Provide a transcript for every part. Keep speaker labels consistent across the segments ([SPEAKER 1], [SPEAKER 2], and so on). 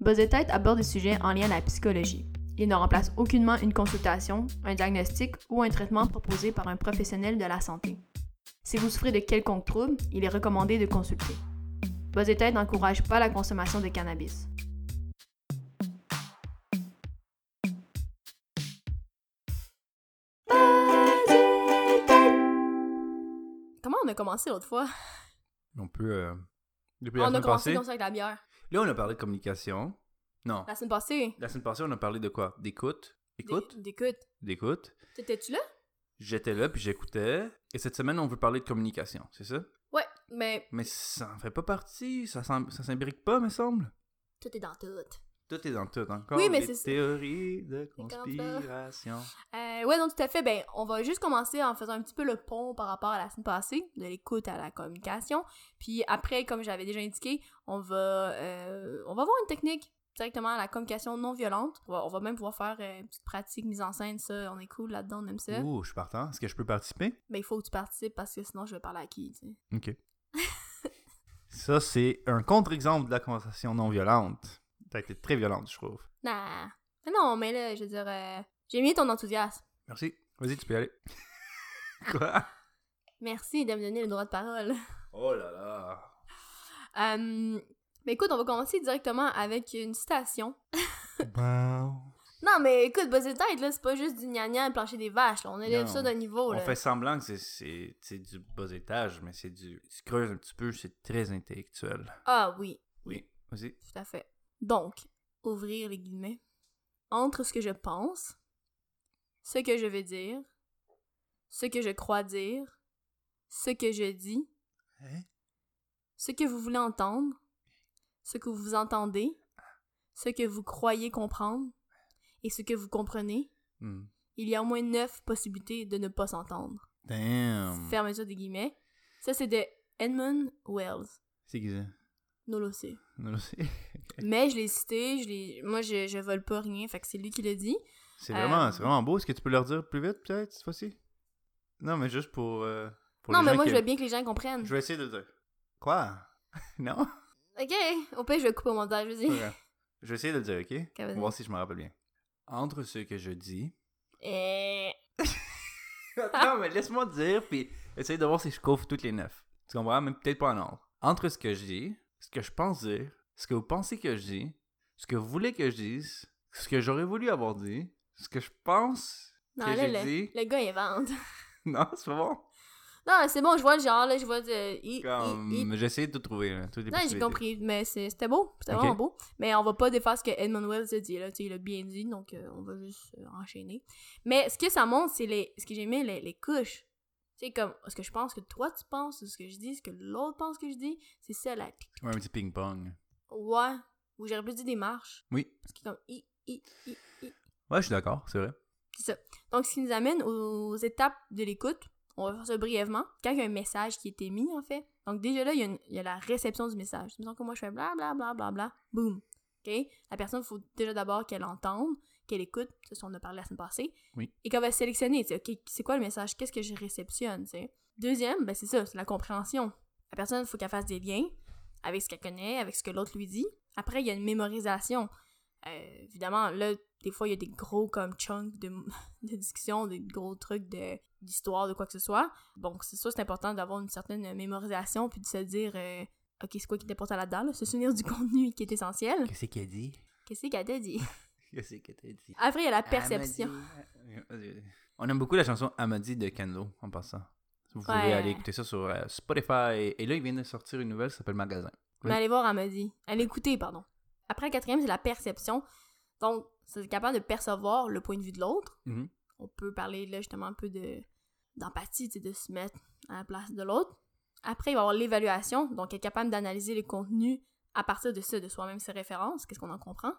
[SPEAKER 1] Buzz Tête aborde des sujets en lien à la psychologie. Il ne remplace aucunement une consultation, un diagnostic ou un traitement proposé par un professionnel de la santé. Si vous souffrez de quelconque trouble, il est recommandé de consulter. Buzz Tête n'encourage pas la consommation de cannabis. Comment on a commencé l'autre fois?
[SPEAKER 2] On peut. euh, depuis la
[SPEAKER 1] On a
[SPEAKER 2] semaine
[SPEAKER 1] commencé
[SPEAKER 2] passée.
[SPEAKER 1] comme ça avec la bière.
[SPEAKER 2] Là, on a parlé de communication. Non.
[SPEAKER 1] La semaine passée.
[SPEAKER 2] La semaine passée, on a parlé de quoi D'écoute. Écoute.
[SPEAKER 1] D'écoute.
[SPEAKER 2] D'écoute.
[SPEAKER 1] T'étais-tu là?
[SPEAKER 2] J'étais là, puis j'écoutais. Et cette semaine, on veut parler de communication, c'est ça
[SPEAKER 1] Ouais, mais
[SPEAKER 2] Mais ça en fait pas partie. Ça s'em- ça s'imbrique pas, me semble.
[SPEAKER 1] tout est dans tout.
[SPEAKER 2] Tout est dans tout, encore.
[SPEAKER 1] Oui, mais
[SPEAKER 2] les
[SPEAKER 1] c'est-
[SPEAKER 2] Théorie de
[SPEAKER 1] comme ça.
[SPEAKER 2] conspiration.
[SPEAKER 1] Euh, ouais, non, tout à fait. Ben, on va juste commencer en faisant un petit peu le pont par rapport à la semaine passée, de l'écoute à la communication. Puis après, comme j'avais déjà indiqué, on va, euh, on va voir une technique directement à la communication non violente. On va, on va même pouvoir faire euh, une petite pratique mise en scène, ça, on est cool là-dedans, on aime ça.
[SPEAKER 2] Ouh, je suis partant. Est-ce que je peux participer
[SPEAKER 1] Mais il faut que tu participes parce que sinon je vais parler à qui, tu sais.
[SPEAKER 2] Ok. ça, c'est un contre-exemple de la conversation non violente. T'as été très violente, je trouve.
[SPEAKER 1] Nah. Mais non, mais là, je veux dire, euh, j'ai mis ton enthousiasme.
[SPEAKER 2] Merci. Vas-y, tu peux y aller. Quoi
[SPEAKER 1] Merci de me donner le droit de parole.
[SPEAKER 2] Oh là là.
[SPEAKER 1] Euh, mais écoute, on va commencer directement avec une citation.
[SPEAKER 2] Wow.
[SPEAKER 1] Non, mais écoute, Buzz Tête, là, c'est pas juste du gna et plancher des vaches, là. On élève
[SPEAKER 2] Non.
[SPEAKER 1] ça d'un niveau,
[SPEAKER 2] On
[SPEAKER 1] là.
[SPEAKER 2] fait semblant que c'est- c'est c'est du bas étage, mais c'est du. Tu creuses un petit peu, c'est très intellectuel.
[SPEAKER 1] Ah oui,
[SPEAKER 2] Oui. Vas-y.
[SPEAKER 1] tout à fait. Donc, ouvrir les guillemets. Entre ce que je pense, ce que je veux dire, ce que je crois dire, ce que je dis,
[SPEAKER 2] Hein?
[SPEAKER 1] ce que vous voulez entendre, ce que vous entendez, ce que vous croyez comprendre et ce que vous comprenez,
[SPEAKER 2] Hmm.
[SPEAKER 1] il y a au moins neuf possibilités de ne pas s'entendre.
[SPEAKER 2] Damn.
[SPEAKER 1] Fermeture des guillemets. Ça, c'est de Edmund Wells.
[SPEAKER 2] C'est qui ça
[SPEAKER 1] No lo sé.
[SPEAKER 2] Non, c'est-
[SPEAKER 1] Mais je l'ai cité, je l'ai... moi je, je vole pas rien, fait que c'est lui qui l'a dit.
[SPEAKER 2] C'est
[SPEAKER 1] Euh,
[SPEAKER 2] vraiment, c'est vraiment beau. Est-ce que tu peux leur dire plus vite, peut-être, cette fois-ci Non, mais juste pour. euh, pour
[SPEAKER 1] non,
[SPEAKER 2] les
[SPEAKER 1] mais
[SPEAKER 2] gens
[SPEAKER 1] moi
[SPEAKER 2] qui-
[SPEAKER 1] je veux bien que les gens comprennent.
[SPEAKER 2] Je vais essayer de le dire. Quoi Non
[SPEAKER 1] Ok, au pire je vais couper au montage, vas-y.
[SPEAKER 2] Pas grave. Je vais essayer de le dire, ok
[SPEAKER 1] Ok, vas-y.
[SPEAKER 2] Voir si je me rappelle bien. Entre ce que je dis.
[SPEAKER 1] Eh,
[SPEAKER 2] Attends, mais laisse-moi dire, puis essaye de voir si je couvre toutes les neuf. Tu comprends Mais peut-être pas en ordre. Entre ce que je dis, ce que je pense dire, ce que vous pensez que je dis, ce que vous voulez que je dise, ce que j'aurais voulu avoir dit, ce que je pense.
[SPEAKER 1] Non,
[SPEAKER 2] que
[SPEAKER 1] là,
[SPEAKER 2] j'ai
[SPEAKER 1] le,
[SPEAKER 2] dit.
[SPEAKER 1] le gars il invente.
[SPEAKER 2] Non, c'est pas bon.
[SPEAKER 1] Non, c'est bon, je vois le genre, là, je vois. de- il-
[SPEAKER 2] Comme,
[SPEAKER 1] il- il-
[SPEAKER 2] j'ai essayé de tout trouver. Là, toutes les
[SPEAKER 1] Non, j'ai
[SPEAKER 2] possibilités.
[SPEAKER 1] compris, mais c'est- c'était beau, c'était
[SPEAKER 2] Ok.
[SPEAKER 1] vraiment beau. Mais on va pas défaire ce que Edmund Wells a dit, là, tu sais, il a bien dit, donc euh, on va juste euh, enchaîner. Mais ce que ça montre, c'est les, ce que j'ai mis, les, les couches. Tu sais, comme, ce que je pense que toi tu penses, ce que je dis, ce que l'autre pense que je dis, c'est ça la...
[SPEAKER 2] Ouais, un petit ping-pong.
[SPEAKER 1] Ouais, ou j'aurais plus dit des marches,
[SPEAKER 2] Oui.
[SPEAKER 1] ce qui est comme... i, i, i, i.
[SPEAKER 2] Ouais, je suis d'accord, c'est vrai.
[SPEAKER 1] C'est ça. Donc, ce qui nous amène aux étapes de l'écoute. On va faire ça brièvement. Quand il y a un message qui est émis, en fait. Donc, déjà là, il y a, une- il y a la réception du message. Disons que moi, je fais bla bla bla bla bla. Boum. OK? La personne, il faut déjà d'abord qu'elle entende, qu'elle écoute. C'est ce qu'on a parlé la semaine passée.
[SPEAKER 2] Oui.
[SPEAKER 1] Et qu'on va sélectionner. tu sais, OK, c'est quoi le message? Qu'est-ce que je réceptionne? tu sais? Deuxième, ben, c'est ça, c'est la compréhension. La personne, il faut qu'elle fasse des liens avec ce qu'elle connaît, avec ce que l'autre lui dit. Après, il y a une mémorisation. Euh, évidemment, là, des fois, il y a des gros comme chunks de, de discussion, des gros trucs de- d'histoire, de quoi que ce soit. Bon, c'est sûr, c'est important d'avoir une certaine mémorisation puis de se dire, euh, OK, c'est quoi qui est important là-dedans, là? se souvenir du contenu qui est essentiel.
[SPEAKER 2] Qu'est-ce qu'elle dit
[SPEAKER 1] Qu'est-ce qu'elle t'a dit?
[SPEAKER 2] Qu'est-ce qu'elle t'a dit
[SPEAKER 1] Après, il y a la perception.
[SPEAKER 2] Amadi. Vas-y, vas-y. On aime beaucoup la chanson Amadi de Kenzo, en passant. Si Vous
[SPEAKER 1] Ouais.
[SPEAKER 2] pouvez aller écouter ça sur euh, Spotify. Et, et là, il vient de sortir une nouvelle qui s'appelle Magasin. Oui.
[SPEAKER 1] Mais allez voir, elle m'a dit. Allez écouter, pardon. Après, la quatrième, c'est la perception. Donc, c'est capable de percevoir le point de vue de l'autre.
[SPEAKER 2] Mhm.
[SPEAKER 1] On peut parler, là, justement, un peu de d'empathie, tu sais, de se mettre à la place de l'autre. Après, il va y avoir l'évaluation, donc être capable d'analyser le contenu à partir de ça, de soi-même ses références, qu'est-ce qu'on en comprend.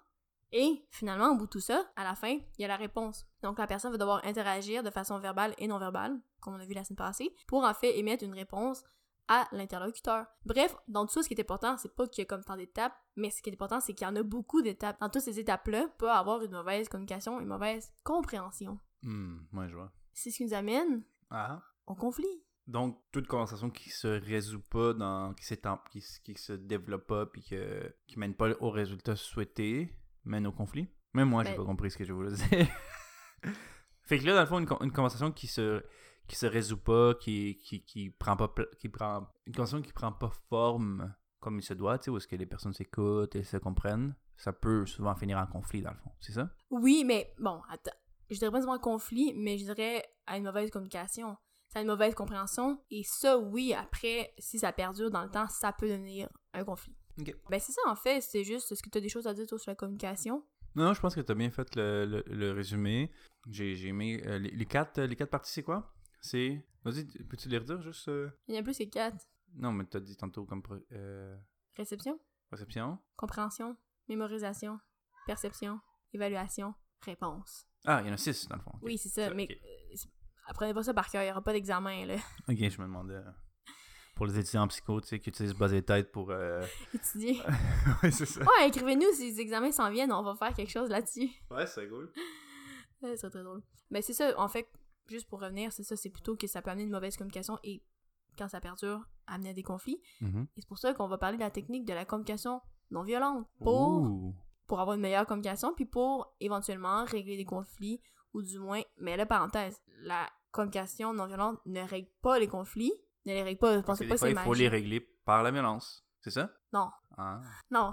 [SPEAKER 1] Et finalement, au bout de tout ça, à la fin, il y a la réponse. Donc la personne va devoir interagir de façon verbale et non verbale, comme on a vu la semaine passée, pour en fait émettre une réponse à l'interlocuteur. Bref, dans tout ça, ce qui est important, c'est pas qu'il y a comme tant d'étapes, mais ce qui est important, c'est qu'il y en a beaucoup d'étapes. Dans toutes ces étapes-là, peut avoir une mauvaise communication, une mauvaise compréhension.
[SPEAKER 2] Hmm, moi, je vois.
[SPEAKER 1] C'est ce qui nous amène
[SPEAKER 2] Ah,
[SPEAKER 1] au conflit.
[SPEAKER 2] Donc, toute conversation qui se résout pas dans. qui, s'étampe- qui, s- qui se développe pas puis que, qui mène pas au résultat souhaité mène au conflit. Même moi, j'ai
[SPEAKER 1] Ben-
[SPEAKER 2] pas compris ce que je voulais dire. fait que là, dans le fond, une, con- une conversation qui se qui se résout pas, qui, qui, qui prend pas pla- qui prend une conversation qui prend pas forme comme il se doit, tu sais, où est-ce que les personnes s'écoutent et se comprennent, ça peut souvent finir en conflit dans le fond, c'est ça?
[SPEAKER 1] Oui, mais bon, attends. Je dirais pas nécessairement conflit, mais je dirais à une mauvaise communication, à une mauvaise compréhension. Et ça, oui, après, si ça perdure dans le temps, ça peut devenir un conflit.
[SPEAKER 2] Ok.
[SPEAKER 1] Ben, c'est ça, en fait. C'est juste, est-ce que tu as des choses à dire, toi, sur la communication?
[SPEAKER 2] Non, non, je pense que tu as bien fait le, le- le résumé. J'ai j'ai aimé. euh, les, les quatre, les quatre parties, c'est quoi C'est. Vas-y, tu- peux-tu les redire juste euh?
[SPEAKER 1] Il y en a plus que quatre.
[SPEAKER 2] Non, mais tu as dit tantôt comme. pro- Euh,
[SPEAKER 1] Réception,
[SPEAKER 2] réception.
[SPEAKER 1] compréhension, mémorisation, perception, évaluation, réponse.
[SPEAKER 2] Ah, il y en a six, dans le fond. ok.
[SPEAKER 1] Oui, c'est ça,
[SPEAKER 2] Ça,
[SPEAKER 1] mais
[SPEAKER 2] ok.
[SPEAKER 1] euh, c'est- prenez pas ça par cœur, il n'y aura pas d'examen, là.
[SPEAKER 2] Ok, je me demandais. euh, Pour les étudiants en psycho, tu sais, qui utilisent base et tête pour. euh,
[SPEAKER 1] Étudier.
[SPEAKER 2] ouais, c'est ça.
[SPEAKER 1] Ouais, écrivez-nous si les examens s'en viennent, on va faire quelque chose là-dessus.
[SPEAKER 2] Ouais, c'est cool.
[SPEAKER 1] Ça serait très drôle. Mais c'est ça, en fait, juste pour revenir, c'est ça, c'est plutôt que ça peut amener une mauvaise communication et, quand ça perdure, amener à des conflits.
[SPEAKER 2] Mm-hmm.
[SPEAKER 1] Et c'est pour ça qu'on va parler de la technique de la communication non violente pour, pour avoir une meilleure communication, puis pour éventuellement régler des conflits, ou du moins, mais la parenthèse, la communication non violente ne règle pas les conflits, ne les règle pas, je pense
[SPEAKER 2] Des
[SPEAKER 1] pas que
[SPEAKER 2] fois,
[SPEAKER 1] c'est
[SPEAKER 2] il faut les
[SPEAKER 1] magique.
[SPEAKER 2] régler par la violence. C'est ça
[SPEAKER 1] Non,
[SPEAKER 2] Ah.
[SPEAKER 1] non.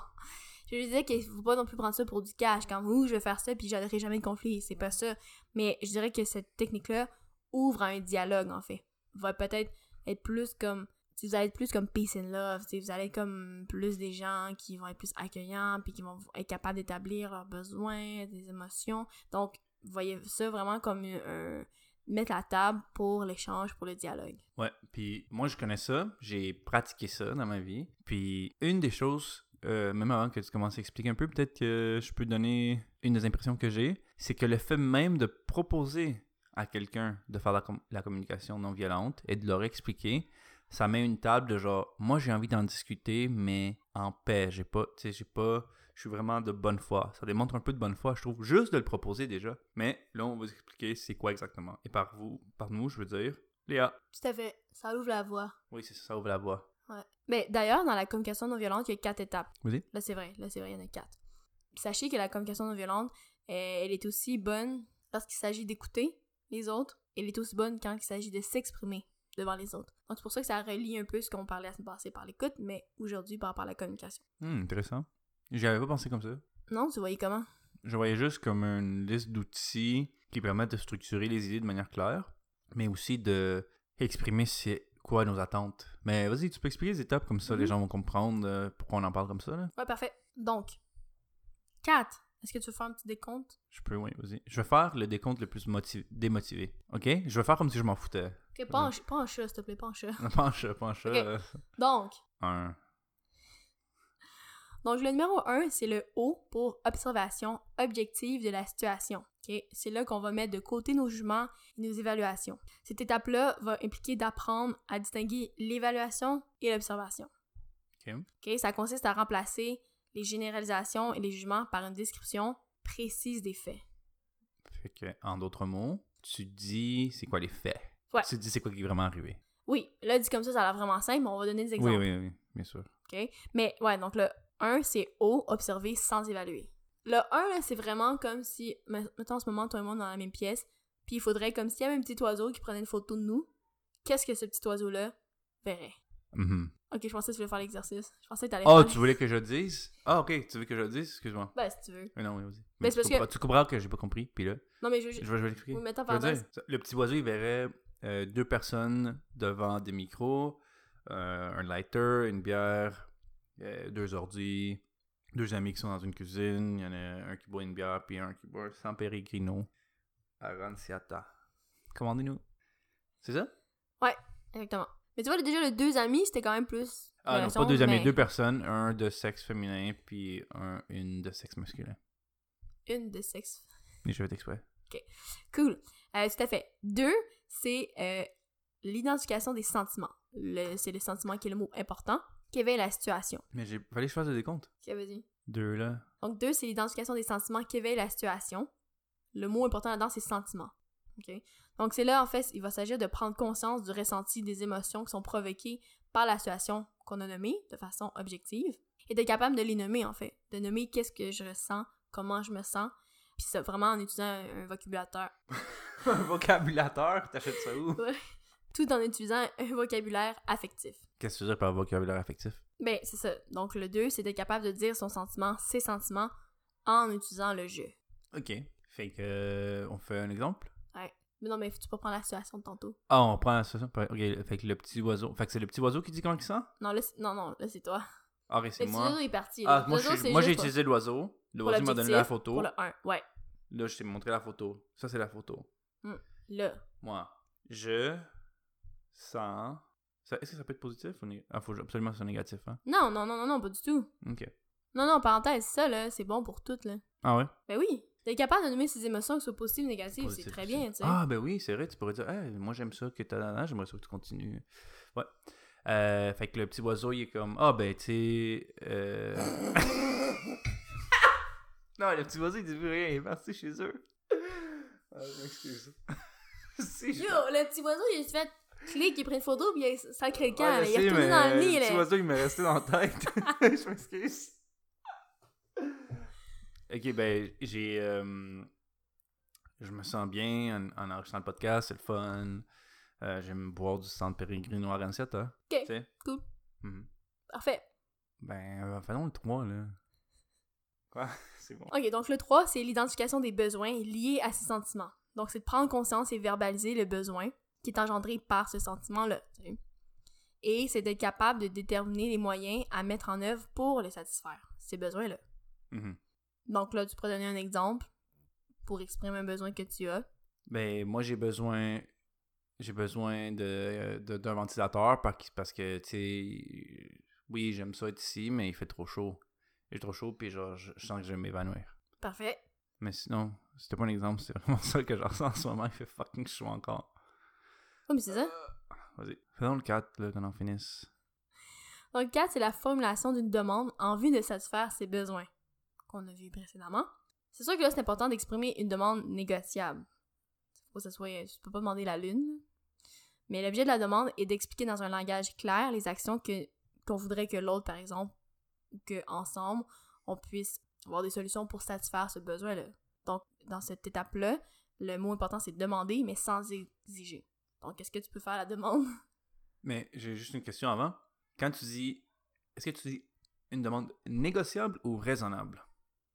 [SPEAKER 1] Je veux dire qu'il faut pas non plus prendre ça pour du cash. Quand vous, je vais faire ça, puis j'aurai jamais de conflit. C'est pas ça. Mais je dirais que cette technique-là ouvre à un dialogue, en fait. Va peut-être être plus comme. Si vous allez être plus comme peace and love, si vous allez être comme plus des gens qui vont être plus accueillants, puis qui vont être capables d'établir leurs besoins, des émotions. Donc, voyez ça vraiment comme un- un- mettre la table pour l'échange, pour le dialogue.
[SPEAKER 2] Ouais, puis moi je connais ça, j'ai pratiqué ça dans ma vie. Puis une des choses, euh, même avant que tu commences à expliquer un peu, peut-être que je peux donner une des impressions que j'ai, c'est que le fait même de proposer à quelqu'un de faire la, com- la communication non violente et de leur expliquer, ça met une table de genre, moi j'ai envie d'en discuter, mais en paix, j'ai pas, tu sais, j'ai pas, je suis vraiment de bonne foi. Ça démontre un peu de bonne foi, je trouve, juste de le proposer déjà. Mais là, on va vous expliquer c'est quoi exactement. Et par vous, par nous, je veux dire, Léa.
[SPEAKER 1] Tout à fait. Ça ouvre la voie.
[SPEAKER 2] Oui, c'est ça, ça ouvre la voie.
[SPEAKER 1] Mais d'ailleurs, dans la communication non violente, il y a quatre étapes.
[SPEAKER 2] Vas-y.
[SPEAKER 1] Là, c'est vrai. Là, c'est vrai, il y en a quatre. Puis sachez que la communication non violente, euh, elle est aussi bonne lorsqu'il s'agit d'écouter les autres. Elle est aussi bonne quand il s'agit de s'exprimer devant les autres. Donc, c'est pour ça que ça relie un peu ce qu'on parlait la semaine passée par l'écoute, mais aujourd'hui par, par la communication.
[SPEAKER 2] Hmm, intéressant. J'y avais pas pensé comme ça.
[SPEAKER 1] Non, tu voyais comment?
[SPEAKER 2] Je voyais juste comme une liste d'outils qui permettent de structurer les idées de manière claire, mais aussi de exprimer c'est quoi nos attentes. Mais vas-y, tu peux expliquer les étapes comme ça, les
[SPEAKER 1] Mhm.
[SPEAKER 2] gens vont comprendre euh, pourquoi on en parle comme ça. Là.
[SPEAKER 1] Ouais, parfait. Donc, 4. Est-ce que tu veux faire un petit décompte?
[SPEAKER 2] Je peux, oui, vas-y. Je vais faire le décompte le plus motivé, démotivé, ok? Je vais faire comme si je m'en foutais.
[SPEAKER 1] Ok, pas en, ch- pas en chat, s'il te plaît, pas en chat.
[SPEAKER 2] Penche, penche.
[SPEAKER 1] Ok.
[SPEAKER 2] euh,
[SPEAKER 1] Donc,
[SPEAKER 2] Un.
[SPEAKER 1] Donc, le numéro 1, c'est le O pour observation objective de la situation. Ok? C'est là qu'on va mettre de côté nos jugements et nos évaluations. Cette étape-là va impliquer d'apprendre à distinguer l'évaluation et l'observation.
[SPEAKER 2] Ok.
[SPEAKER 1] Ok? Ça consiste à remplacer les généralisations et les jugements par une description précise des faits.
[SPEAKER 2] Fait que, en d'autres mots, tu dis c'est quoi les faits.
[SPEAKER 1] Ouais.
[SPEAKER 2] Tu dis c'est quoi qui est vraiment arrivé.
[SPEAKER 1] Oui, là, dit comme ça, ça a l'air vraiment simple, mais on va donner des exemples.
[SPEAKER 2] Oui, oui, oui, bien sûr.
[SPEAKER 1] OK? Mais ouais, donc le 1, c'est O, observer sans évaluer. Le 1, là, c'est vraiment comme si, me- mettons en ce moment, toi et moi, on est dans la même pièce, puis il faudrait, comme s'il y avait un petit oiseau qui prenait une photo de nous, qu'est-ce que ce petit oiseau-là verrait?
[SPEAKER 2] Mhm.
[SPEAKER 1] OK, je pensais que tu voulais faire l'exercice. Je pensais que t'allais
[SPEAKER 2] Oh,
[SPEAKER 1] faire...
[SPEAKER 2] tu voulais que je le dise? Ah, ok, tu veux que je le dise? Excuse-moi.
[SPEAKER 1] Ben, si tu veux.
[SPEAKER 2] Mais non, oui, vas-y.
[SPEAKER 1] Mais c'est
[SPEAKER 2] Mais tu,
[SPEAKER 1] parce que-
[SPEAKER 2] comprends, tu comprends que j'ai pas compris, puis là,
[SPEAKER 1] Non, mais je...
[SPEAKER 2] je
[SPEAKER 1] je...
[SPEAKER 2] vais, je vais l'expliquer.
[SPEAKER 1] Oui, mais attends,
[SPEAKER 2] Je veux
[SPEAKER 1] pardon.
[SPEAKER 2] dire, le petit oiseau, il verrait euh, deux personnes devant des micros, euh, un lighter, une bière, euh, deux ordi, deux amis qui sont dans une cuisine, il y en a un qui boit une bière, puis un qui boit sans périgrino. Aranciata. Commandez-nous. C'est ça?
[SPEAKER 1] Exactement. Mais tu vois, déjà, le deux amis, c'était quand même plus...
[SPEAKER 2] Ah non,
[SPEAKER 1] relation,
[SPEAKER 2] pas deux amis,
[SPEAKER 1] mais
[SPEAKER 2] deux personnes, un de sexe féminin, puis un, une de sexe masculin.
[SPEAKER 1] Une de sexe.
[SPEAKER 2] Mais je vais t'exprès.
[SPEAKER 1] Cool. Euh, tout à fait. Deux, c'est euh, l'identification des sentiments. Le- C'est le sentiment qui est le mot important. Qu'éveille la situation.
[SPEAKER 2] Mais j'ai fallait que je fasse le décompte.
[SPEAKER 1] Qu'est-ce que ça veut dire?
[SPEAKER 2] Deux là.
[SPEAKER 1] Donc, deux, c'est l'identification des sentiments qu'éveille la situation. Le mot important là-dedans, c'est sentiment. OK? Donc, c'est là, en fait, il va s'agir de prendre conscience du ressenti des émotions qui sont provoquées par la situation qu'on a nommée de façon objective et d'être capable de les nommer, en fait. De nommer qu'est-ce que je ressens, comment je me sens, puis ça, vraiment en utilisant un, un vocabulateur.
[SPEAKER 2] un vocabulateur, t'achètes ça où?
[SPEAKER 1] Tout en utilisant un vocabulaire affectif.
[SPEAKER 2] Qu'est-ce que tu veux dire par vocabulaire affectif?
[SPEAKER 1] Ben, c'est ça. Donc, le 2, c'est d'être capable de dire son sentiment, ses sentiments, en utilisant le jeu.
[SPEAKER 2] Ok. Fait que. euh, on fait un exemple?
[SPEAKER 1] Mais non, mais tu peux prendre la situation de tantôt.
[SPEAKER 2] Ah, on prend la situation. par- Ok, fait que le petit oiseau. Fait que c'est le petit oiseau qui dit comment il sent?
[SPEAKER 1] Non, là, c'est- non, non, là, c'est toi.
[SPEAKER 2] Ah, et c'est
[SPEAKER 1] Le petit
[SPEAKER 2] moi.
[SPEAKER 1] oiseau est parti.
[SPEAKER 2] Ah,
[SPEAKER 1] là.
[SPEAKER 2] moi,
[SPEAKER 1] Le
[SPEAKER 2] je
[SPEAKER 1] oiseau,
[SPEAKER 2] suis-
[SPEAKER 1] c'est
[SPEAKER 2] moi, j'ai
[SPEAKER 1] juste
[SPEAKER 2] utilisé l'oiseau.
[SPEAKER 1] pour
[SPEAKER 2] L'oiseau m'a donné la
[SPEAKER 1] l'objectif,
[SPEAKER 2] photo.
[SPEAKER 1] Pour le 1, ouais.
[SPEAKER 2] Là, je t'ai montré la photo. Ça, c'est la photo.
[SPEAKER 1] Là.
[SPEAKER 2] Moi, je sens. ça- Est-ce que ça peut être positif ou né- Ah, faut absolument que ce soit négatif, hein?
[SPEAKER 1] Non, non, non, non, non, pas du tout.
[SPEAKER 2] Ok.
[SPEAKER 1] Non, non, parenthèse, ça, là, c'est bon pour toutes, là.
[SPEAKER 2] Ah ouais?
[SPEAKER 1] Ben oui. T'es capable de nommer ses émotions, que ce soit positives ou négatives, c'est
[SPEAKER 2] Positif,
[SPEAKER 1] très
[SPEAKER 2] positif.
[SPEAKER 1] bien, tu sais.
[SPEAKER 2] Ah, ben oui, c'est vrai, tu pourrais dire, Hey, moi j'aime ça que t'as là, j'aimerais ça que tu continues. Ouais. Euh, fait que le petit oiseau, il est comme, ah, ben, tu sais. euh, non, le petit oiseau, il dit plus rien, il est parti chez eux. Ah, je m'excuse. si, je-
[SPEAKER 1] Yo, le petit oiseau, il a juste fait clic, il prend une photo, puis il a sacré le camp,
[SPEAKER 2] Ouais,
[SPEAKER 1] là.
[SPEAKER 2] je
[SPEAKER 1] il est
[SPEAKER 2] sais,
[SPEAKER 1] retourné
[SPEAKER 2] mais,
[SPEAKER 1] dans le
[SPEAKER 2] euh,
[SPEAKER 1] nid,
[SPEAKER 2] Le petit
[SPEAKER 1] là.
[SPEAKER 2] oiseau, il m'est resté dans la tête. je m'excuse. Ok, ben, j'ai. euh, je me sens bien en, en enregistrant le podcast, c'est le fun. Euh, J'aime boire du sang de Périgny noir en 7, hein.
[SPEAKER 1] Ok,
[SPEAKER 2] tu sais.
[SPEAKER 1] cool.
[SPEAKER 2] Mhm.
[SPEAKER 1] Parfait.
[SPEAKER 2] Ben, euh, faisons le 3, là. Quoi? c'est bon.
[SPEAKER 1] OK, donc le 3, c'est l'identification des besoins liés à ses sentiments. Donc, c'est de prendre conscience et verbaliser le besoin qui est engendré par ce sentiment-là. tu sais. Et c'est d'être capable de déterminer les moyens à mettre en œuvre pour les satisfaire, ces besoins-là.
[SPEAKER 2] Mhm.
[SPEAKER 1] Donc là, tu pourrais donner un exemple pour exprimer un besoin que tu as.
[SPEAKER 2] Ben, moi, j'ai besoin. J'ai besoin de, euh, de- d'un ventilateur par- parce que, tu sais, oui, j'aime ça être ici, mais il fait trop chaud. Il fait trop chaud, puis genre, je, je sens que je vais m'évanouir.
[SPEAKER 1] Parfait.
[SPEAKER 2] Mais sinon, c'était pas un exemple, c'est vraiment ça que je ressens en ce moment. Il fait fucking chaud encore.
[SPEAKER 1] Oh, mais c'est ça.
[SPEAKER 2] Vas-y. Faisons le 4, là, qu'on en finisse.
[SPEAKER 1] Donc, le 4, c'est la formulation d'une demande en vue de satisfaire ses besoins qu'on a vu précédemment. C'est sûr que là, c'est important d'exprimer une demande négociable. Faut que ça soit, tu peux pas demander la lune. Mais l'objet de la demande est d'expliquer dans un langage clair les actions que qu'on voudrait que l'autre, par exemple, ou que ensemble, on puisse avoir des solutions pour satisfaire ce besoin-là. Donc, dans cette étape-là, le mot important, c'est demander, mais sans exiger. Donc, est-ce que tu peux faire la demande?
[SPEAKER 2] Mais j'ai juste une question avant. Quand tu dis. Est-ce que tu dis une demande négociable ou raisonnable?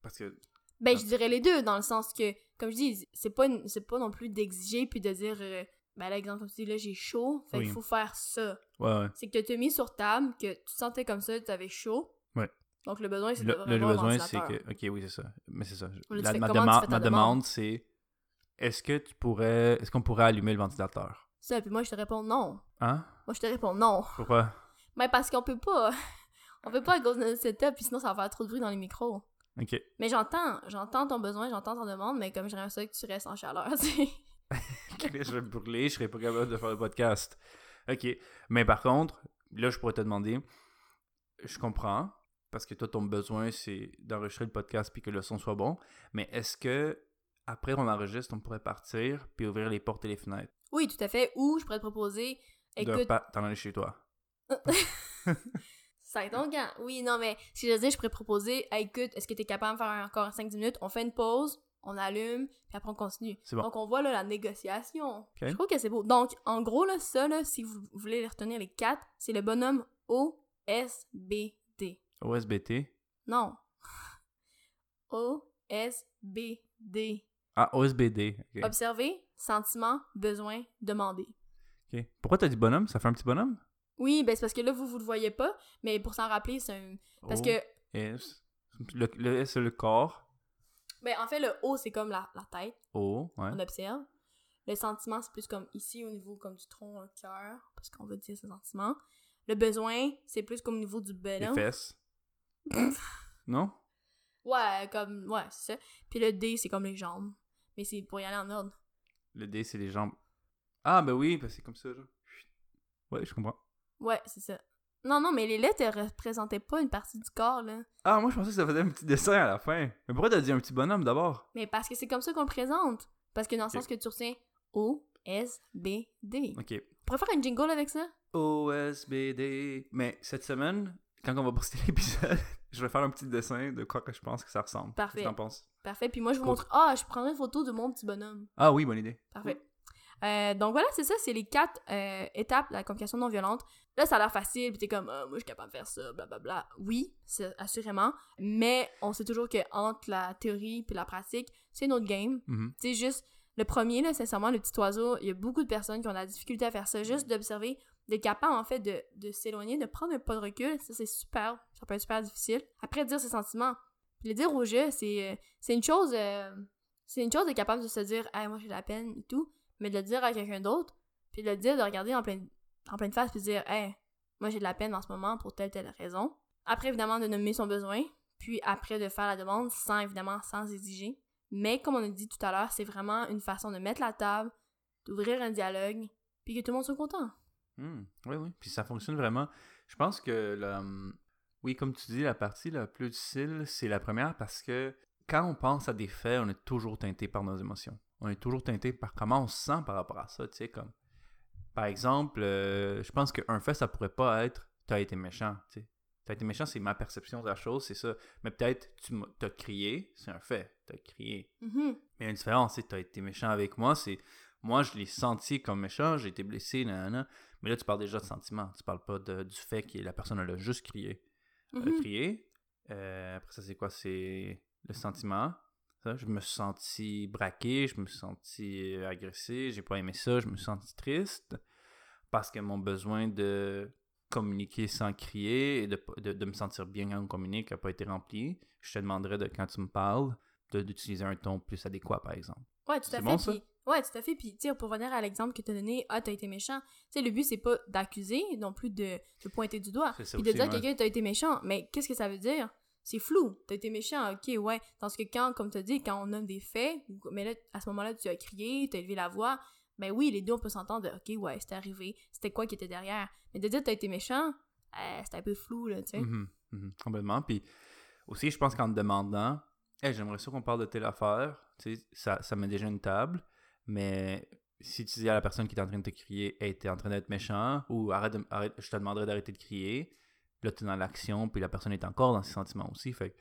[SPEAKER 2] Parce que.
[SPEAKER 1] Ben, je dirais les deux, dans le sens que, comme je dis, c'est pas, une- c'est pas non plus d'exiger puis de dire, euh, ben là, exemple, comme tu dis, là, j'ai chaud, fait
[SPEAKER 2] Oui.
[SPEAKER 1] qu'il faut faire ça.
[SPEAKER 2] Ouais, ouais.
[SPEAKER 1] C'est que tu t'es mis sur table, que tu te sentais comme ça, tu avais chaud.
[SPEAKER 2] Ouais.
[SPEAKER 1] Donc, le besoin, c'est de
[SPEAKER 2] Le,
[SPEAKER 1] vraiment
[SPEAKER 2] le besoin, c'est
[SPEAKER 1] ventilateur.
[SPEAKER 2] que. Ok, oui, c'est ça. Mais c'est ça.
[SPEAKER 1] Ou là, tu
[SPEAKER 2] La-
[SPEAKER 1] fais
[SPEAKER 2] ma
[SPEAKER 1] comment tu
[SPEAKER 2] dema-
[SPEAKER 1] fais ta
[SPEAKER 2] ma
[SPEAKER 1] demande?
[SPEAKER 2] demande, c'est est-ce que tu pourrais. Est-ce qu'on pourrait allumer le ventilateur?
[SPEAKER 1] Ça, puis moi, je te réponds non.
[SPEAKER 2] Hein?
[SPEAKER 1] Moi, je te réponds non.
[SPEAKER 2] Pourquoi?
[SPEAKER 1] Ben, parce qu'on peut pas. On peut pas à cause de notre setup, puis sinon, ça va faire trop de bruit dans les micros.
[SPEAKER 2] Ok.
[SPEAKER 1] Mais j'entends, j'entends ton besoin, j'entends ton demande, mais comme j'aimerais ça que tu restes en chaleur, tu sais.
[SPEAKER 2] je vais me brûler, je serais pas capable de faire le podcast. Ok. Mais par contre, là, je pourrais te demander. Je comprends. Parce que toi, ton besoin, c'est d'enregistrer le podcast puis que le son soit bon. Mais est-ce que. Après qu'on enregistre, on pourrait partir puis ouvrir les portes et les fenêtres.
[SPEAKER 1] Oui, tout à fait. Ou je pourrais te proposer,
[SPEAKER 2] De
[SPEAKER 1] écoute,
[SPEAKER 2] pas t'en aller chez toi.
[SPEAKER 1] Ça est ton camp. hein? Oui, non, mais si je dis, je pourrais proposer, hey, écoute, est-ce que t'es capable de faire encore 5-10 minutes? On fait une pause, on allume, puis après on continue.
[SPEAKER 2] C'est bon.
[SPEAKER 1] Donc on voit là la négociation. Je trouve que c'est beau. Donc en gros, là, ça, là, si vous voulez les retenir les quatre, c'est le bonhomme O-S-B-D.
[SPEAKER 2] OSBT.
[SPEAKER 1] Non. O-S-B-D.
[SPEAKER 2] Ah, OSBD. ok.
[SPEAKER 1] Observer, sentiment, besoin, demander.
[SPEAKER 2] Ok. Pourquoi t'as dit bonhomme? Ça fait un petit bonhomme?
[SPEAKER 1] Oui, ben c'est parce que là, vous, vous le voyez pas, mais pour s'en rappeler, c'est un...
[SPEAKER 2] Oh.
[SPEAKER 1] Parce que
[SPEAKER 2] S. E, Le, le S, c'est le corps.
[SPEAKER 1] Ben, en fait, le haut, c'est comme la, la tête,
[SPEAKER 2] O, ouais.
[SPEAKER 1] on observe. Le sentiment, c'est plus comme ici, au niveau comme du tronc, un cœur, parce qu'on veut dire ce sentiment. Le besoin, c'est plus comme au niveau du
[SPEAKER 2] Les
[SPEAKER 1] ballon.
[SPEAKER 2] fesses. non?
[SPEAKER 1] Ouais, comme, ouais, c'est ça. Puis le D, c'est comme les jambes. Mais c'est pour y aller en ordre.
[SPEAKER 2] Le D, c'est les jambes. Ah, ben oui, ben c'est comme ça, genre. Chut. Ouais, je comprends.
[SPEAKER 1] Ouais, c'est ça. Non, non, mais les lettres, elles représentaient pas une partie du corps, là.
[SPEAKER 2] Ah, moi, je pensais que ça faisait un petit dessin à la fin. Mais pourquoi t'as dit un petit bonhomme d'abord?
[SPEAKER 1] Mais parce que c'est comme ça qu'on le présente. Parce que dans le
[SPEAKER 2] Ok.
[SPEAKER 1] sens que tu retiens O-S-B-D.
[SPEAKER 2] OK.
[SPEAKER 1] On pourrait faire une jingle avec ça?
[SPEAKER 2] OSBD. Mais cette semaine, quand on va poster l'épisode, je vais faire un petit dessin de quoi que je pense que ça ressemble.
[SPEAKER 1] Parfait.
[SPEAKER 2] Qu'est-ce que t'en penses?
[SPEAKER 1] Parfait. Puis moi, je vous
[SPEAKER 2] Cool.
[SPEAKER 1] montre. Ah, je prendrai une photo de mon petit bonhomme.
[SPEAKER 2] Ah oui, bonne idée.
[SPEAKER 1] Parfait. Euh, donc voilà, c'est ça, c'est les quatre euh, étapes de la communication non violente. Là, ça a l'air facile, puis t'es comme, Ah, moi, je suis capable de faire ça, blablabla. Oui, c'est assurément. Mais on sait toujours que entre la théorie puis la pratique, c'est notre game.
[SPEAKER 2] Mhm.
[SPEAKER 1] C'est juste, le premier, là, sincèrement, le petit oiseau, il y a beaucoup de personnes qui ont de la difficulté à faire ça. Juste d'observer, d'être capable, en fait, de, de s'éloigner, de prendre un pas de recul, ça, c'est super. Ça peut être super difficile. Après, dire ses sentiments. Puis le dire au jeu, c'est euh, c'est une chose... euh, c'est une chose d'être capable de se dire « Ah, moi, j'ai de la peine » et tout, mais de le dire à quelqu'un d'autre, puis de le dire, de regarder en pleine, en pleine face, puis de dire « Hey, moi, j'ai de la peine en ce moment pour telle, telle raison. » Après, évidemment, de nommer son besoin, puis après, de faire la demande sans, évidemment, sans exiger. Mais comme on a dit tout à l'heure, c'est vraiment une façon de mettre la table, d'ouvrir un dialogue, puis que tout le monde soit content.
[SPEAKER 2] Hmm, Oui, oui. Puis ça fonctionne vraiment. Je pense que, la- oui, comme tu dis, la partie la plus difficile, c'est la première parce que quand on pense à des faits, on est toujours teinté par nos émotions. On est toujours teinté par comment on se sent par rapport à ça, tu sais, comme... Par exemple, euh, je pense qu'un fait, ça pourrait pas être « t'as été méchant », tu sais. T'as été méchant, c'est ma perception de la chose, c'est ça. Mais peut-être, tu m'as- t'as crié, c'est un fait, t'as crié.
[SPEAKER 1] Mhm.
[SPEAKER 2] Mais il y a une différence, c'est que t'as été méchant avec moi, c'est moi je l'ai senti comme méchant, j'ai été blessé, nanana. Mais là tu parles déjà de sentiments, tu parles pas de- du fait que la personne elle a juste crié. Elle a
[SPEAKER 1] Mhm.
[SPEAKER 2] crié. Euh, après ça c'est quoi? C'est le sentiment. Ça, je me suis senti braqué, je me suis senti euh, agressé, j'ai pas aimé ça, je me suis senti triste. Parce que mon besoin de communiquer sans crier et de, de- de me sentir bien quand on communique n'a pas été rempli. Je te demanderais de quand tu me parles de- d'utiliser un ton plus adéquat, par exemple.
[SPEAKER 1] Ouais, tout à
[SPEAKER 2] C'est
[SPEAKER 1] fait.
[SPEAKER 2] bon, ça?
[SPEAKER 1] puis- Ouais, tout à fait. Puis, tu sais, pour revenir à l'exemple que t'as donné, ah, t'as été méchant. Tu sais, le but, c'est pas d'accuser, non plus de, de pointer du doigt.
[SPEAKER 2] C'est ça
[SPEAKER 1] Puis de
[SPEAKER 2] aussi,
[SPEAKER 1] dire à
[SPEAKER 2] ouais.
[SPEAKER 1] quelqu'un, t'as été méchant. Mais qu'est-ce que ça veut dire? C'est flou. T'as été méchant, ok, ouais. Parce que quand, comme t'as dit, quand on nomme des faits, ou- mais là, à ce moment-là, tu as crié, t'as élevé la voix. Ben oui, les deux, on peut s'entendre, de, ok, ouais, c'était arrivé. C'était quoi qui était derrière? Mais de dire, t'as été méchant, euh, c'est un peu flou, là, tu sais.
[SPEAKER 2] Mhm, mhm, complètement. Puis aussi, je pense qu'en te demandant, hey, j'aimerais ça qu'on parle de telle affaire, tu sais, ça, ça met déjà une table, mais si tu dis à la personne qui est en train de te crier, hey, t'es en train d'être méchant, ou arrête, de- arrête- je te demanderais d'arrêter de crier, là, t'es dans l'action, puis la personne est encore dans ses sentiments aussi. Fait que,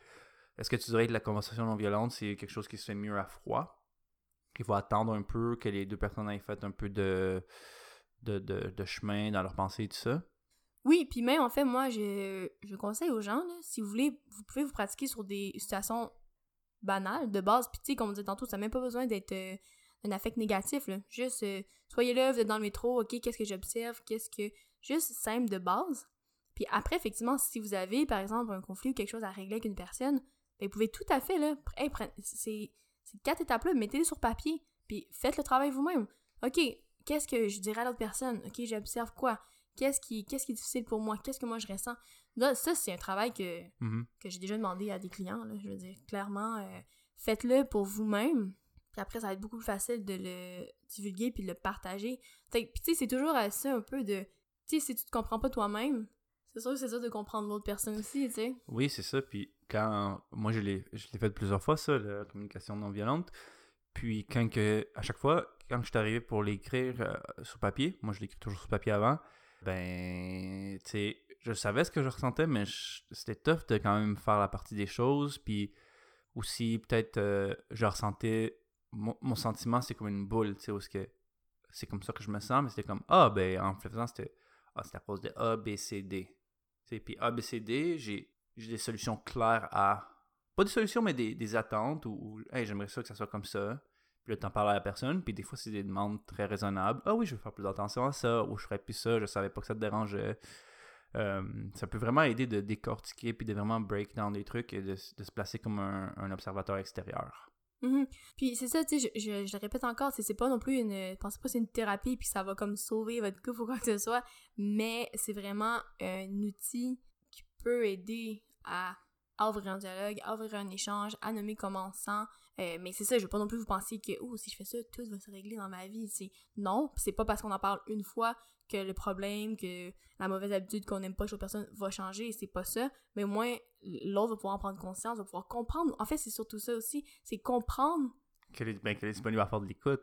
[SPEAKER 2] est-ce que tu dirais que la conversation non violente, c'est quelque chose qui se fait mieux à froid? qu'il faut attendre un peu que les deux personnes aient fait un peu de, de, de- de chemin dans leur pensée et tout ça.
[SPEAKER 1] Oui, puis même en fait, moi, je, je conseille aux gens, là, si vous voulez, vous pouvez vous pratiquer sur des situations banales, de base. Puis tu sais, comme on disait tantôt, ça n'a même pas besoin d'être euh, un affect négatif. Là. Juste, euh, soyez là, vous êtes dans le métro, ok, qu'est-ce que j'observe, qu'est-ce que... Juste simple de base. Puis après, effectivement, si vous avez, par exemple, un conflit ou quelque chose à régler avec une personne, ben, vous pouvez tout à fait, là, pr- hey, pren- ces, ces quatre étapes-là, mettez-les sur papier, puis faites le travail vous-même. OK, qu'est-ce que je dirais à l'autre personne? OK, j'observe quoi? Qu'est-ce qui, qu'est-ce qui est difficile pour moi? Qu'est-ce que moi je ressens? Là, ça, c'est un travail que,
[SPEAKER 2] Mhm.
[SPEAKER 1] que j'ai déjà demandé à des clients, là, je veux dire, clairement, euh, faites-le pour vous-même, puis après, ça va être beaucoup plus facile de le divulguer puis de le partager. Fait que- Puis tu sais, c'est toujours à ça un peu de, tu sais, si tu te comprends pas toi-même, c'est sûr que c'est ça de comprendre l'autre personne aussi, tu sais.
[SPEAKER 2] Oui, c'est ça. Puis quand moi je l'ai je l'ai fait plusieurs fois ça, la communication non violente. Puis quand que à chaque fois quand je suis arrivé pour l'écrire euh, sur papier, moi je l'écris toujours sur papier avant. Ben, tu sais, je savais ce que je ressentais, mais je- c'était tough de quand même faire la partie des choses. Puis aussi peut-être euh, je ressentais mon, mon sentiment, c'est comme une boule, tu sais, où est-ce que c'est comme ça que je me sens, mais c'était comme ah ben en le faisant c'était ah c'est à cause de A B C D. Tu sais, Puis A B C D, j'ai j'ai des solutions claires à. Pas des solutions, mais des, des attentes ou, ou, hey, j'aimerais ça que ça soit comme ça. Puis là, t'en parles à la personne, puis des fois, c'est des demandes très raisonnables. Ah oui, je vais faire plus attention à ça, ou je ferais plus ça, je savais pas que ça te dérangeait. Euh, ça peut vraiment aider de décortiquer, puis de vraiment break down des trucs et de, s- de se placer comme un, un observateur extérieur.
[SPEAKER 1] Mhm. Puis c'est ça, tu sais, je, je- je le répète encore, c'est c'est pas non plus une. Pensez pas que c'est une thérapie puis ça va comme sauver votre couple ou quoi que ce soit, mais c'est vraiment un outil qui peut aider à ouvrir un dialogue, à ouvrir un échange, à nommer comment on se sent. Euh, mais c'est ça, je veux pas non plus vous penser que oh si je fais ça, tout va se régler dans ma vie. C'est non, puis c'est pas parce qu'on en parle une fois que le problème, que la mauvaise habitude qu'on n'aime pas chez l'autre personne va changer, c'est pas ça mais au moins l'autre va pouvoir en prendre conscience, va pouvoir comprendre. En fait, c'est surtout ça aussi, c'est comprendre.
[SPEAKER 2] Qu'elle est, ben, qu'elle est disponible à faire de l'écoute.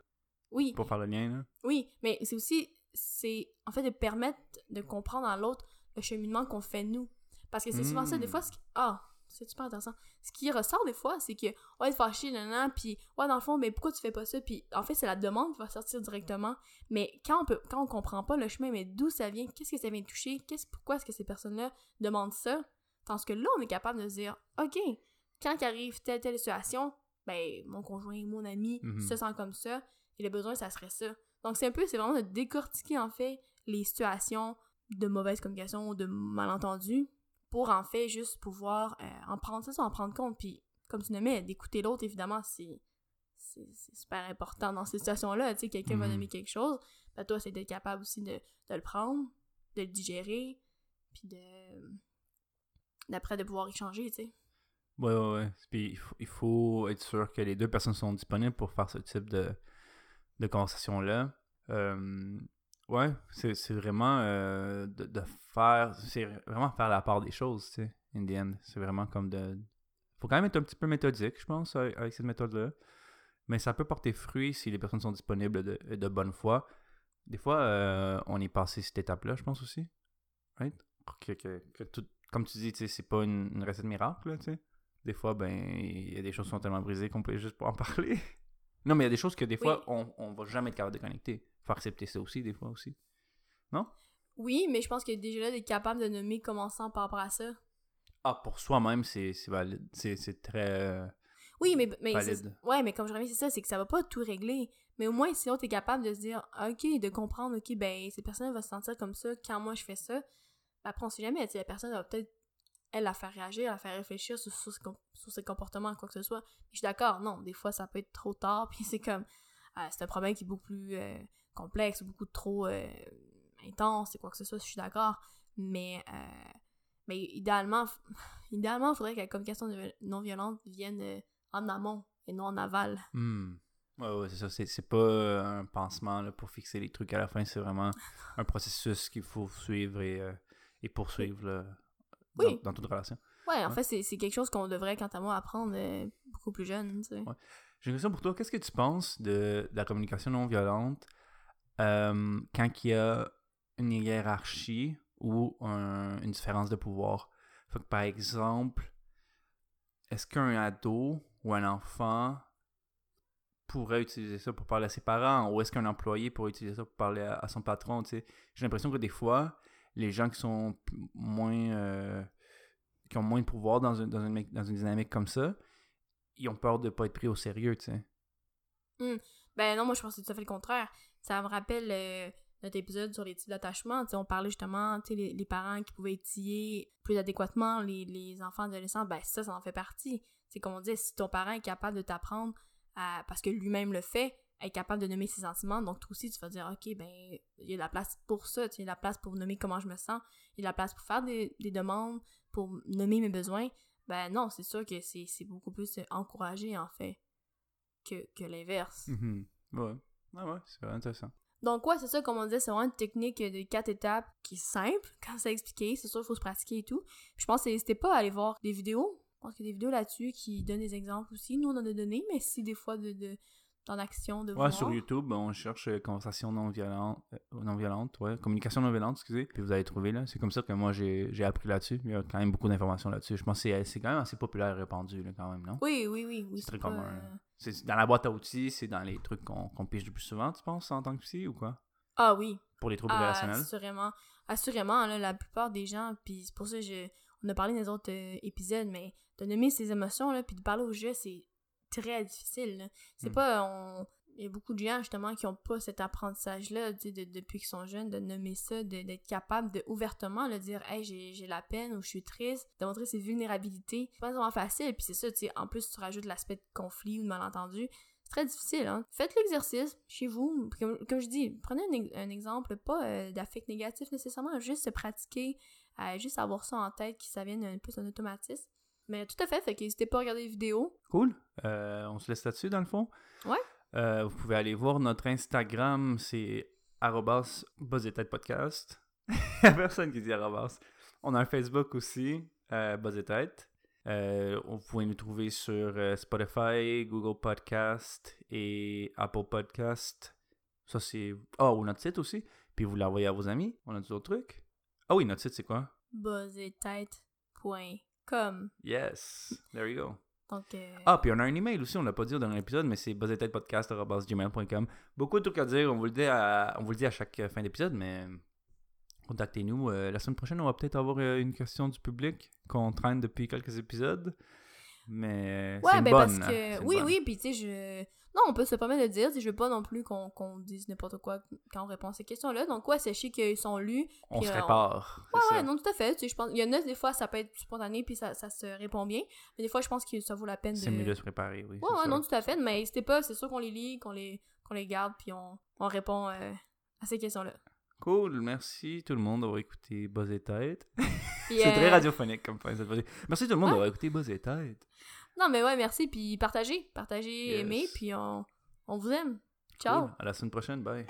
[SPEAKER 1] Oui,
[SPEAKER 2] pour faire le lien, là.
[SPEAKER 1] oui, mais c'est aussi, c'est en fait de permettre de comprendre à l'autre le cheminement qu'on fait nous. Parce que c'est souvent ça, des
[SPEAKER 2] Mm.
[SPEAKER 1] fois, ce qui... Ah, c'est super intéressant. Ce qui ressort des fois, c'est que, ouais, te fâché, nan, puis ouais, dans le fond, mais pourquoi tu fais pas ça? Puis en fait, c'est la demande qui va sortir directement. Mais quand on peut, quand on comprend pas le chemin, mais d'où ça vient, qu'est-ce que ça vient toucher, qu'est-ce, pourquoi est-ce que ces personnes-là demandent ça? Tandis que là, on est capable de se dire, OK, quand qu'arrive telle, telle situation, ben, mon conjoint, mon ami
[SPEAKER 2] Mhm.
[SPEAKER 1] se sent comme ça, et le besoin, ça serait ça. Donc, c'est un peu, c'est vraiment de décortiquer, en fait, les situations de mauvaise communication ou de malentendus pour, en fait, juste pouvoir euh, en prendre ça, en prendre compte. Puis, comme tu nommais, d'écouter l'autre, évidemment, c'est c'est c'est super important dans ces situations-là. Tu sais, quelqu'un va
[SPEAKER 2] Mhm.
[SPEAKER 1] nommer quelque chose, ben toi, c'est d'être capable aussi de, de le prendre, de le digérer, puis de... d'après, de pouvoir échanger, tu sais.
[SPEAKER 2] Ouais, ouais, ouais. Puis il faut, il faut être sûr que les deux personnes sont disponibles pour faire ce type de, de conversation-là. Euh, ouais, c'est c'est vraiment euh, de, de faire. C'est vraiment faire la part des choses, tu sais, in the end. C'est vraiment comme de. Faut quand même être un petit peu méthodique, je pense, avec avec cette méthode-là. Mais ça peut porter fruit si les personnes sont disponibles de, de bonne foi. Des fois, euh, on est passé cette étape-là, je pense aussi. Right? Que, que- que tout- comme tu dis, tu sais, c'est pas une, une recette miracle, là, tu sais des fois, ben, il y a des choses qui sont tellement brisées qu'on peut juste pas en parler. Non, mais il y a des choses que des fois,
[SPEAKER 1] Oui.
[SPEAKER 2] on, on va jamais être capable de connecter. Faut accepter ça aussi, des fois aussi.
[SPEAKER 1] Oui, mais je pense que déjà là, d'être capable de nommer commençant par rapport à ça.
[SPEAKER 2] Ah, pour soi-même, c'est c'est valide. C'est c'est très. euh,
[SPEAKER 1] Oui, mais, mais
[SPEAKER 2] Valide.
[SPEAKER 1] c'est- ouais, mais comme je reviens, c'est ça, c'est que ça va pas tout régler. Mais au moins, si l'autre est capable de se dire, ah, ok, de comprendre, ok, ben, cette personne va se sentir comme ça quand moi je fais ça. Ben, après, on sait jamais, tu sais, la personne va peut-être, elle, la faire réagir, la faire réfléchir sur, sur, ses com- sur ses comportements, quoi que ce soit. Je suis d'accord, non, des fois, ça peut être trop tard, puis c'est comme, ah, c'est un problème qui est beaucoup plus euh, complexe, beaucoup trop euh, intense, et quoi que ce soit, je suis d'accord. Mais, euh, mais idéalement, idéalement, il faudrait que la communication de- non violente vienne. euh, en amont et non en aval.
[SPEAKER 2] hmm. Ouais, ouais, c'est ça. C'est- C'est pas euh, un pansement là, pour fixer les trucs à la fin. C'est vraiment un processus qu'il faut suivre et, euh, et poursuivre là, dans,
[SPEAKER 1] Oui.
[SPEAKER 2] dans toute relation.
[SPEAKER 1] Ouais, en
[SPEAKER 2] Ouais.
[SPEAKER 1] fait, c'est- c'est quelque chose qu'on devrait, quant à moi, apprendre euh, beaucoup plus jeune, tu sais.
[SPEAKER 2] Ouais. J'ai une question pour toi. Qu'est-ce que tu penses de, de la communication non violente euh, quand il y a une hiérarchie ou un- une différence de pouvoir? Fait que, par exemple, est-ce qu'un ado ou un enfant pourrait utiliser ça pour parler à ses parents ou est-ce qu'un employé pourrait utiliser ça pour parler à, à son patron? tu sais? J'ai l'impression que des fois, les gens qui sont p- moins. euh, qui ont moins de pouvoir dans, un- dans une, mé- dans une dynamique comme ça, ils ont peur de pas être pris au sérieux, tu sais.
[SPEAKER 1] Ben non, moi, je pense que c'est tout à fait le contraire. Ça me rappelle euh, notre épisode sur les types d'attachement. Tu sais, on parlait justement, tu sais, les, les parents qui pouvaient étiller plus adéquatement les, les enfants adolescents. Ben ça, ça en fait partie. C'est comme on dit, si ton parent est capable de t'apprendre, à- parce que lui-même le fait, est capable de nommer ses sentiments, donc toi aussi, tu vas dire, OK, ben il y a de la place pour ça. Tu sais, il y a de la place pour nommer comment je me sens. Il y a de la place pour faire des, des demandes, pour nommer mes besoins. Ben non, c'est sûr que c'est c'est beaucoup plus euh, encouragé, en fait, que, que l'inverse.
[SPEAKER 2] Mhm. Ouais. Ah ouais, c'est vraiment intéressant.
[SPEAKER 1] Donc ouais, c'est ça, comme on disait, c'est vraiment une technique de quatre étapes qui est simple quand c'est expliqué. C'est sûr, il faut se pratiquer et tout. Puis je pense que n'hésitez pas à aller voir des vidéos. Je pense qu'il y a des vidéos là-dessus qui donnent des exemples aussi. Nous, on en a donné, mais si des fois de, de, dans l'action, de
[SPEAKER 2] Ouais,
[SPEAKER 1] voir...
[SPEAKER 2] sur YouTube, on cherche euh, conversation non violente, euh, non violente, ouais, communication non violente, excusez, puis vous allez trouver là. C'est comme ça que moi j'ai j'ai appris là-dessus. Il y a quand même beaucoup d'informations là-dessus. Je pense que c'est c'est quand même assez populaire et répandu là, quand même, non
[SPEAKER 1] Oui, oui, oui. oui
[SPEAKER 2] C'est très
[SPEAKER 1] pas,
[SPEAKER 2] commun,
[SPEAKER 1] euh,
[SPEAKER 2] hein. C'est c'est dans la boîte à outils, c'est dans les trucs qu'on qu'on pige le plus souvent, tu penses, en tant que psy ou quoi
[SPEAKER 1] Ah oui,
[SPEAKER 2] Pour les troubles
[SPEAKER 1] Ah,
[SPEAKER 2] relationnels.
[SPEAKER 1] Assurément. Assurément, là, la plupart des gens, puis c'est pour ça que je, on a parlé dans les autres euh, épisodes, mais de nommer ses émotions, là, puis de parler au jeu, c'est très difficile. là. C'est
[SPEAKER 2] Mm.
[SPEAKER 1] pas... on- Il y a beaucoup de gens, justement, qui ont pas cet apprentissage-là, tu sais, de- depuis qu'ils sont jeunes, de nommer ça, de- d'être capable de ouvertement le dire « Hey, j'ai j'ai la peine » ou « Je suis triste », de montrer ses vulnérabilités. C'est pas vraiment facile, puis c'est ça, tu sais, en plus, tu rajoutes l'aspect de conflit ou de malentendu, c'est très difficile, hein. Faites l'exercice chez vous. Puis Comme, comme je dis, prenez un, ex- un exemple, pas euh, d'affect négatif nécessairement, juste se pratiquer, euh, juste avoir ça en tête, que ça vienne un peu d'un automatisme. Mais tout à fait, fait qu'hésitez pas à regarder les vidéos.
[SPEAKER 2] Cool. Euh, on se laisse là-dessus, dans le fond.
[SPEAKER 1] Ouais.
[SPEAKER 2] Euh, vous pouvez aller voir notre Instagram, c'est arrobas Buzz et Tête podcast. Y a Personne qui dit arrobas. On a un Facebook aussi, euh, Buzz et Tête. Euh, vous pouvez nous trouver sur euh, Spotify, Google Podcast et Apple Podcast. Ça, c'est. Ah, ou notre site aussi. Puis vous l'envoyez à vos amis. On a d'autres trucs. Ah oui, notre site, c'est quoi
[SPEAKER 1] buzzetête.com.
[SPEAKER 2] Yes. There you go.
[SPEAKER 1] Donc, euh,
[SPEAKER 2] Ah, puis on a un email aussi, on l'a pas dit dans l'épisode, mais c'est buzzetêtepodcast.gmail.com. Beaucoup de trucs à dire, on vous le dit à, on vous le dit à chaque euh, fin d'épisode, mais contactez-nous. Euh, la semaine prochaine, on va peut-être avoir euh, une question du public qu'on traîne depuis quelques épisodes, mais c'est
[SPEAKER 1] ouais,
[SPEAKER 2] une
[SPEAKER 1] ben
[SPEAKER 2] bonne. hein,
[SPEAKER 1] parce
[SPEAKER 2] c'est
[SPEAKER 1] que.
[SPEAKER 2] une
[SPEAKER 1] Oui,
[SPEAKER 2] bonne.
[SPEAKER 1] oui, puis tu sais, je. Non, on peut se permettre de le dire. tu sais, Je veux pas non plus qu'on qu'on dise n'importe quoi quand on répond à ces questions-là. Donc, ouais, sachez qu'ils sont lus.
[SPEAKER 2] On
[SPEAKER 1] puis,
[SPEAKER 2] se
[SPEAKER 1] euh, on-
[SPEAKER 2] répare. c'est
[SPEAKER 1] Ouais,
[SPEAKER 2] ça.
[SPEAKER 1] ouais, non, tout à fait. Tu sais, je pense... Il y en a des fois, ça peut être spontané puis ça, ça se répond bien. Mais des fois, je pense que ça vaut la peine de.
[SPEAKER 2] C'est mieux de se préparer, oui.
[SPEAKER 1] Ouais,
[SPEAKER 2] c'est
[SPEAKER 1] ouais,
[SPEAKER 2] sûr.
[SPEAKER 1] non, tout à fait. Mais n'hésitez pas, c'est sûr qu'on les lit, qu'on les, qu'on les garde, puis on, on répond euh, à ces questions-là.
[SPEAKER 2] Cool, merci tout le monde d'avoir écouté Buzz et Tête.
[SPEAKER 1] Puis,
[SPEAKER 2] C'est
[SPEAKER 1] euh,
[SPEAKER 2] très radiophonique comme fin cette fois-ci. Merci tout le monde
[SPEAKER 1] Ouais.
[SPEAKER 2] d'avoir écouté Buzz et Tête.
[SPEAKER 1] Non, mais ouais, merci. Puis partagez, partagez,
[SPEAKER 2] Yes.
[SPEAKER 1] aimez, puis on, on vous aime. Ciao!
[SPEAKER 2] Cool, À la semaine prochaine, bye.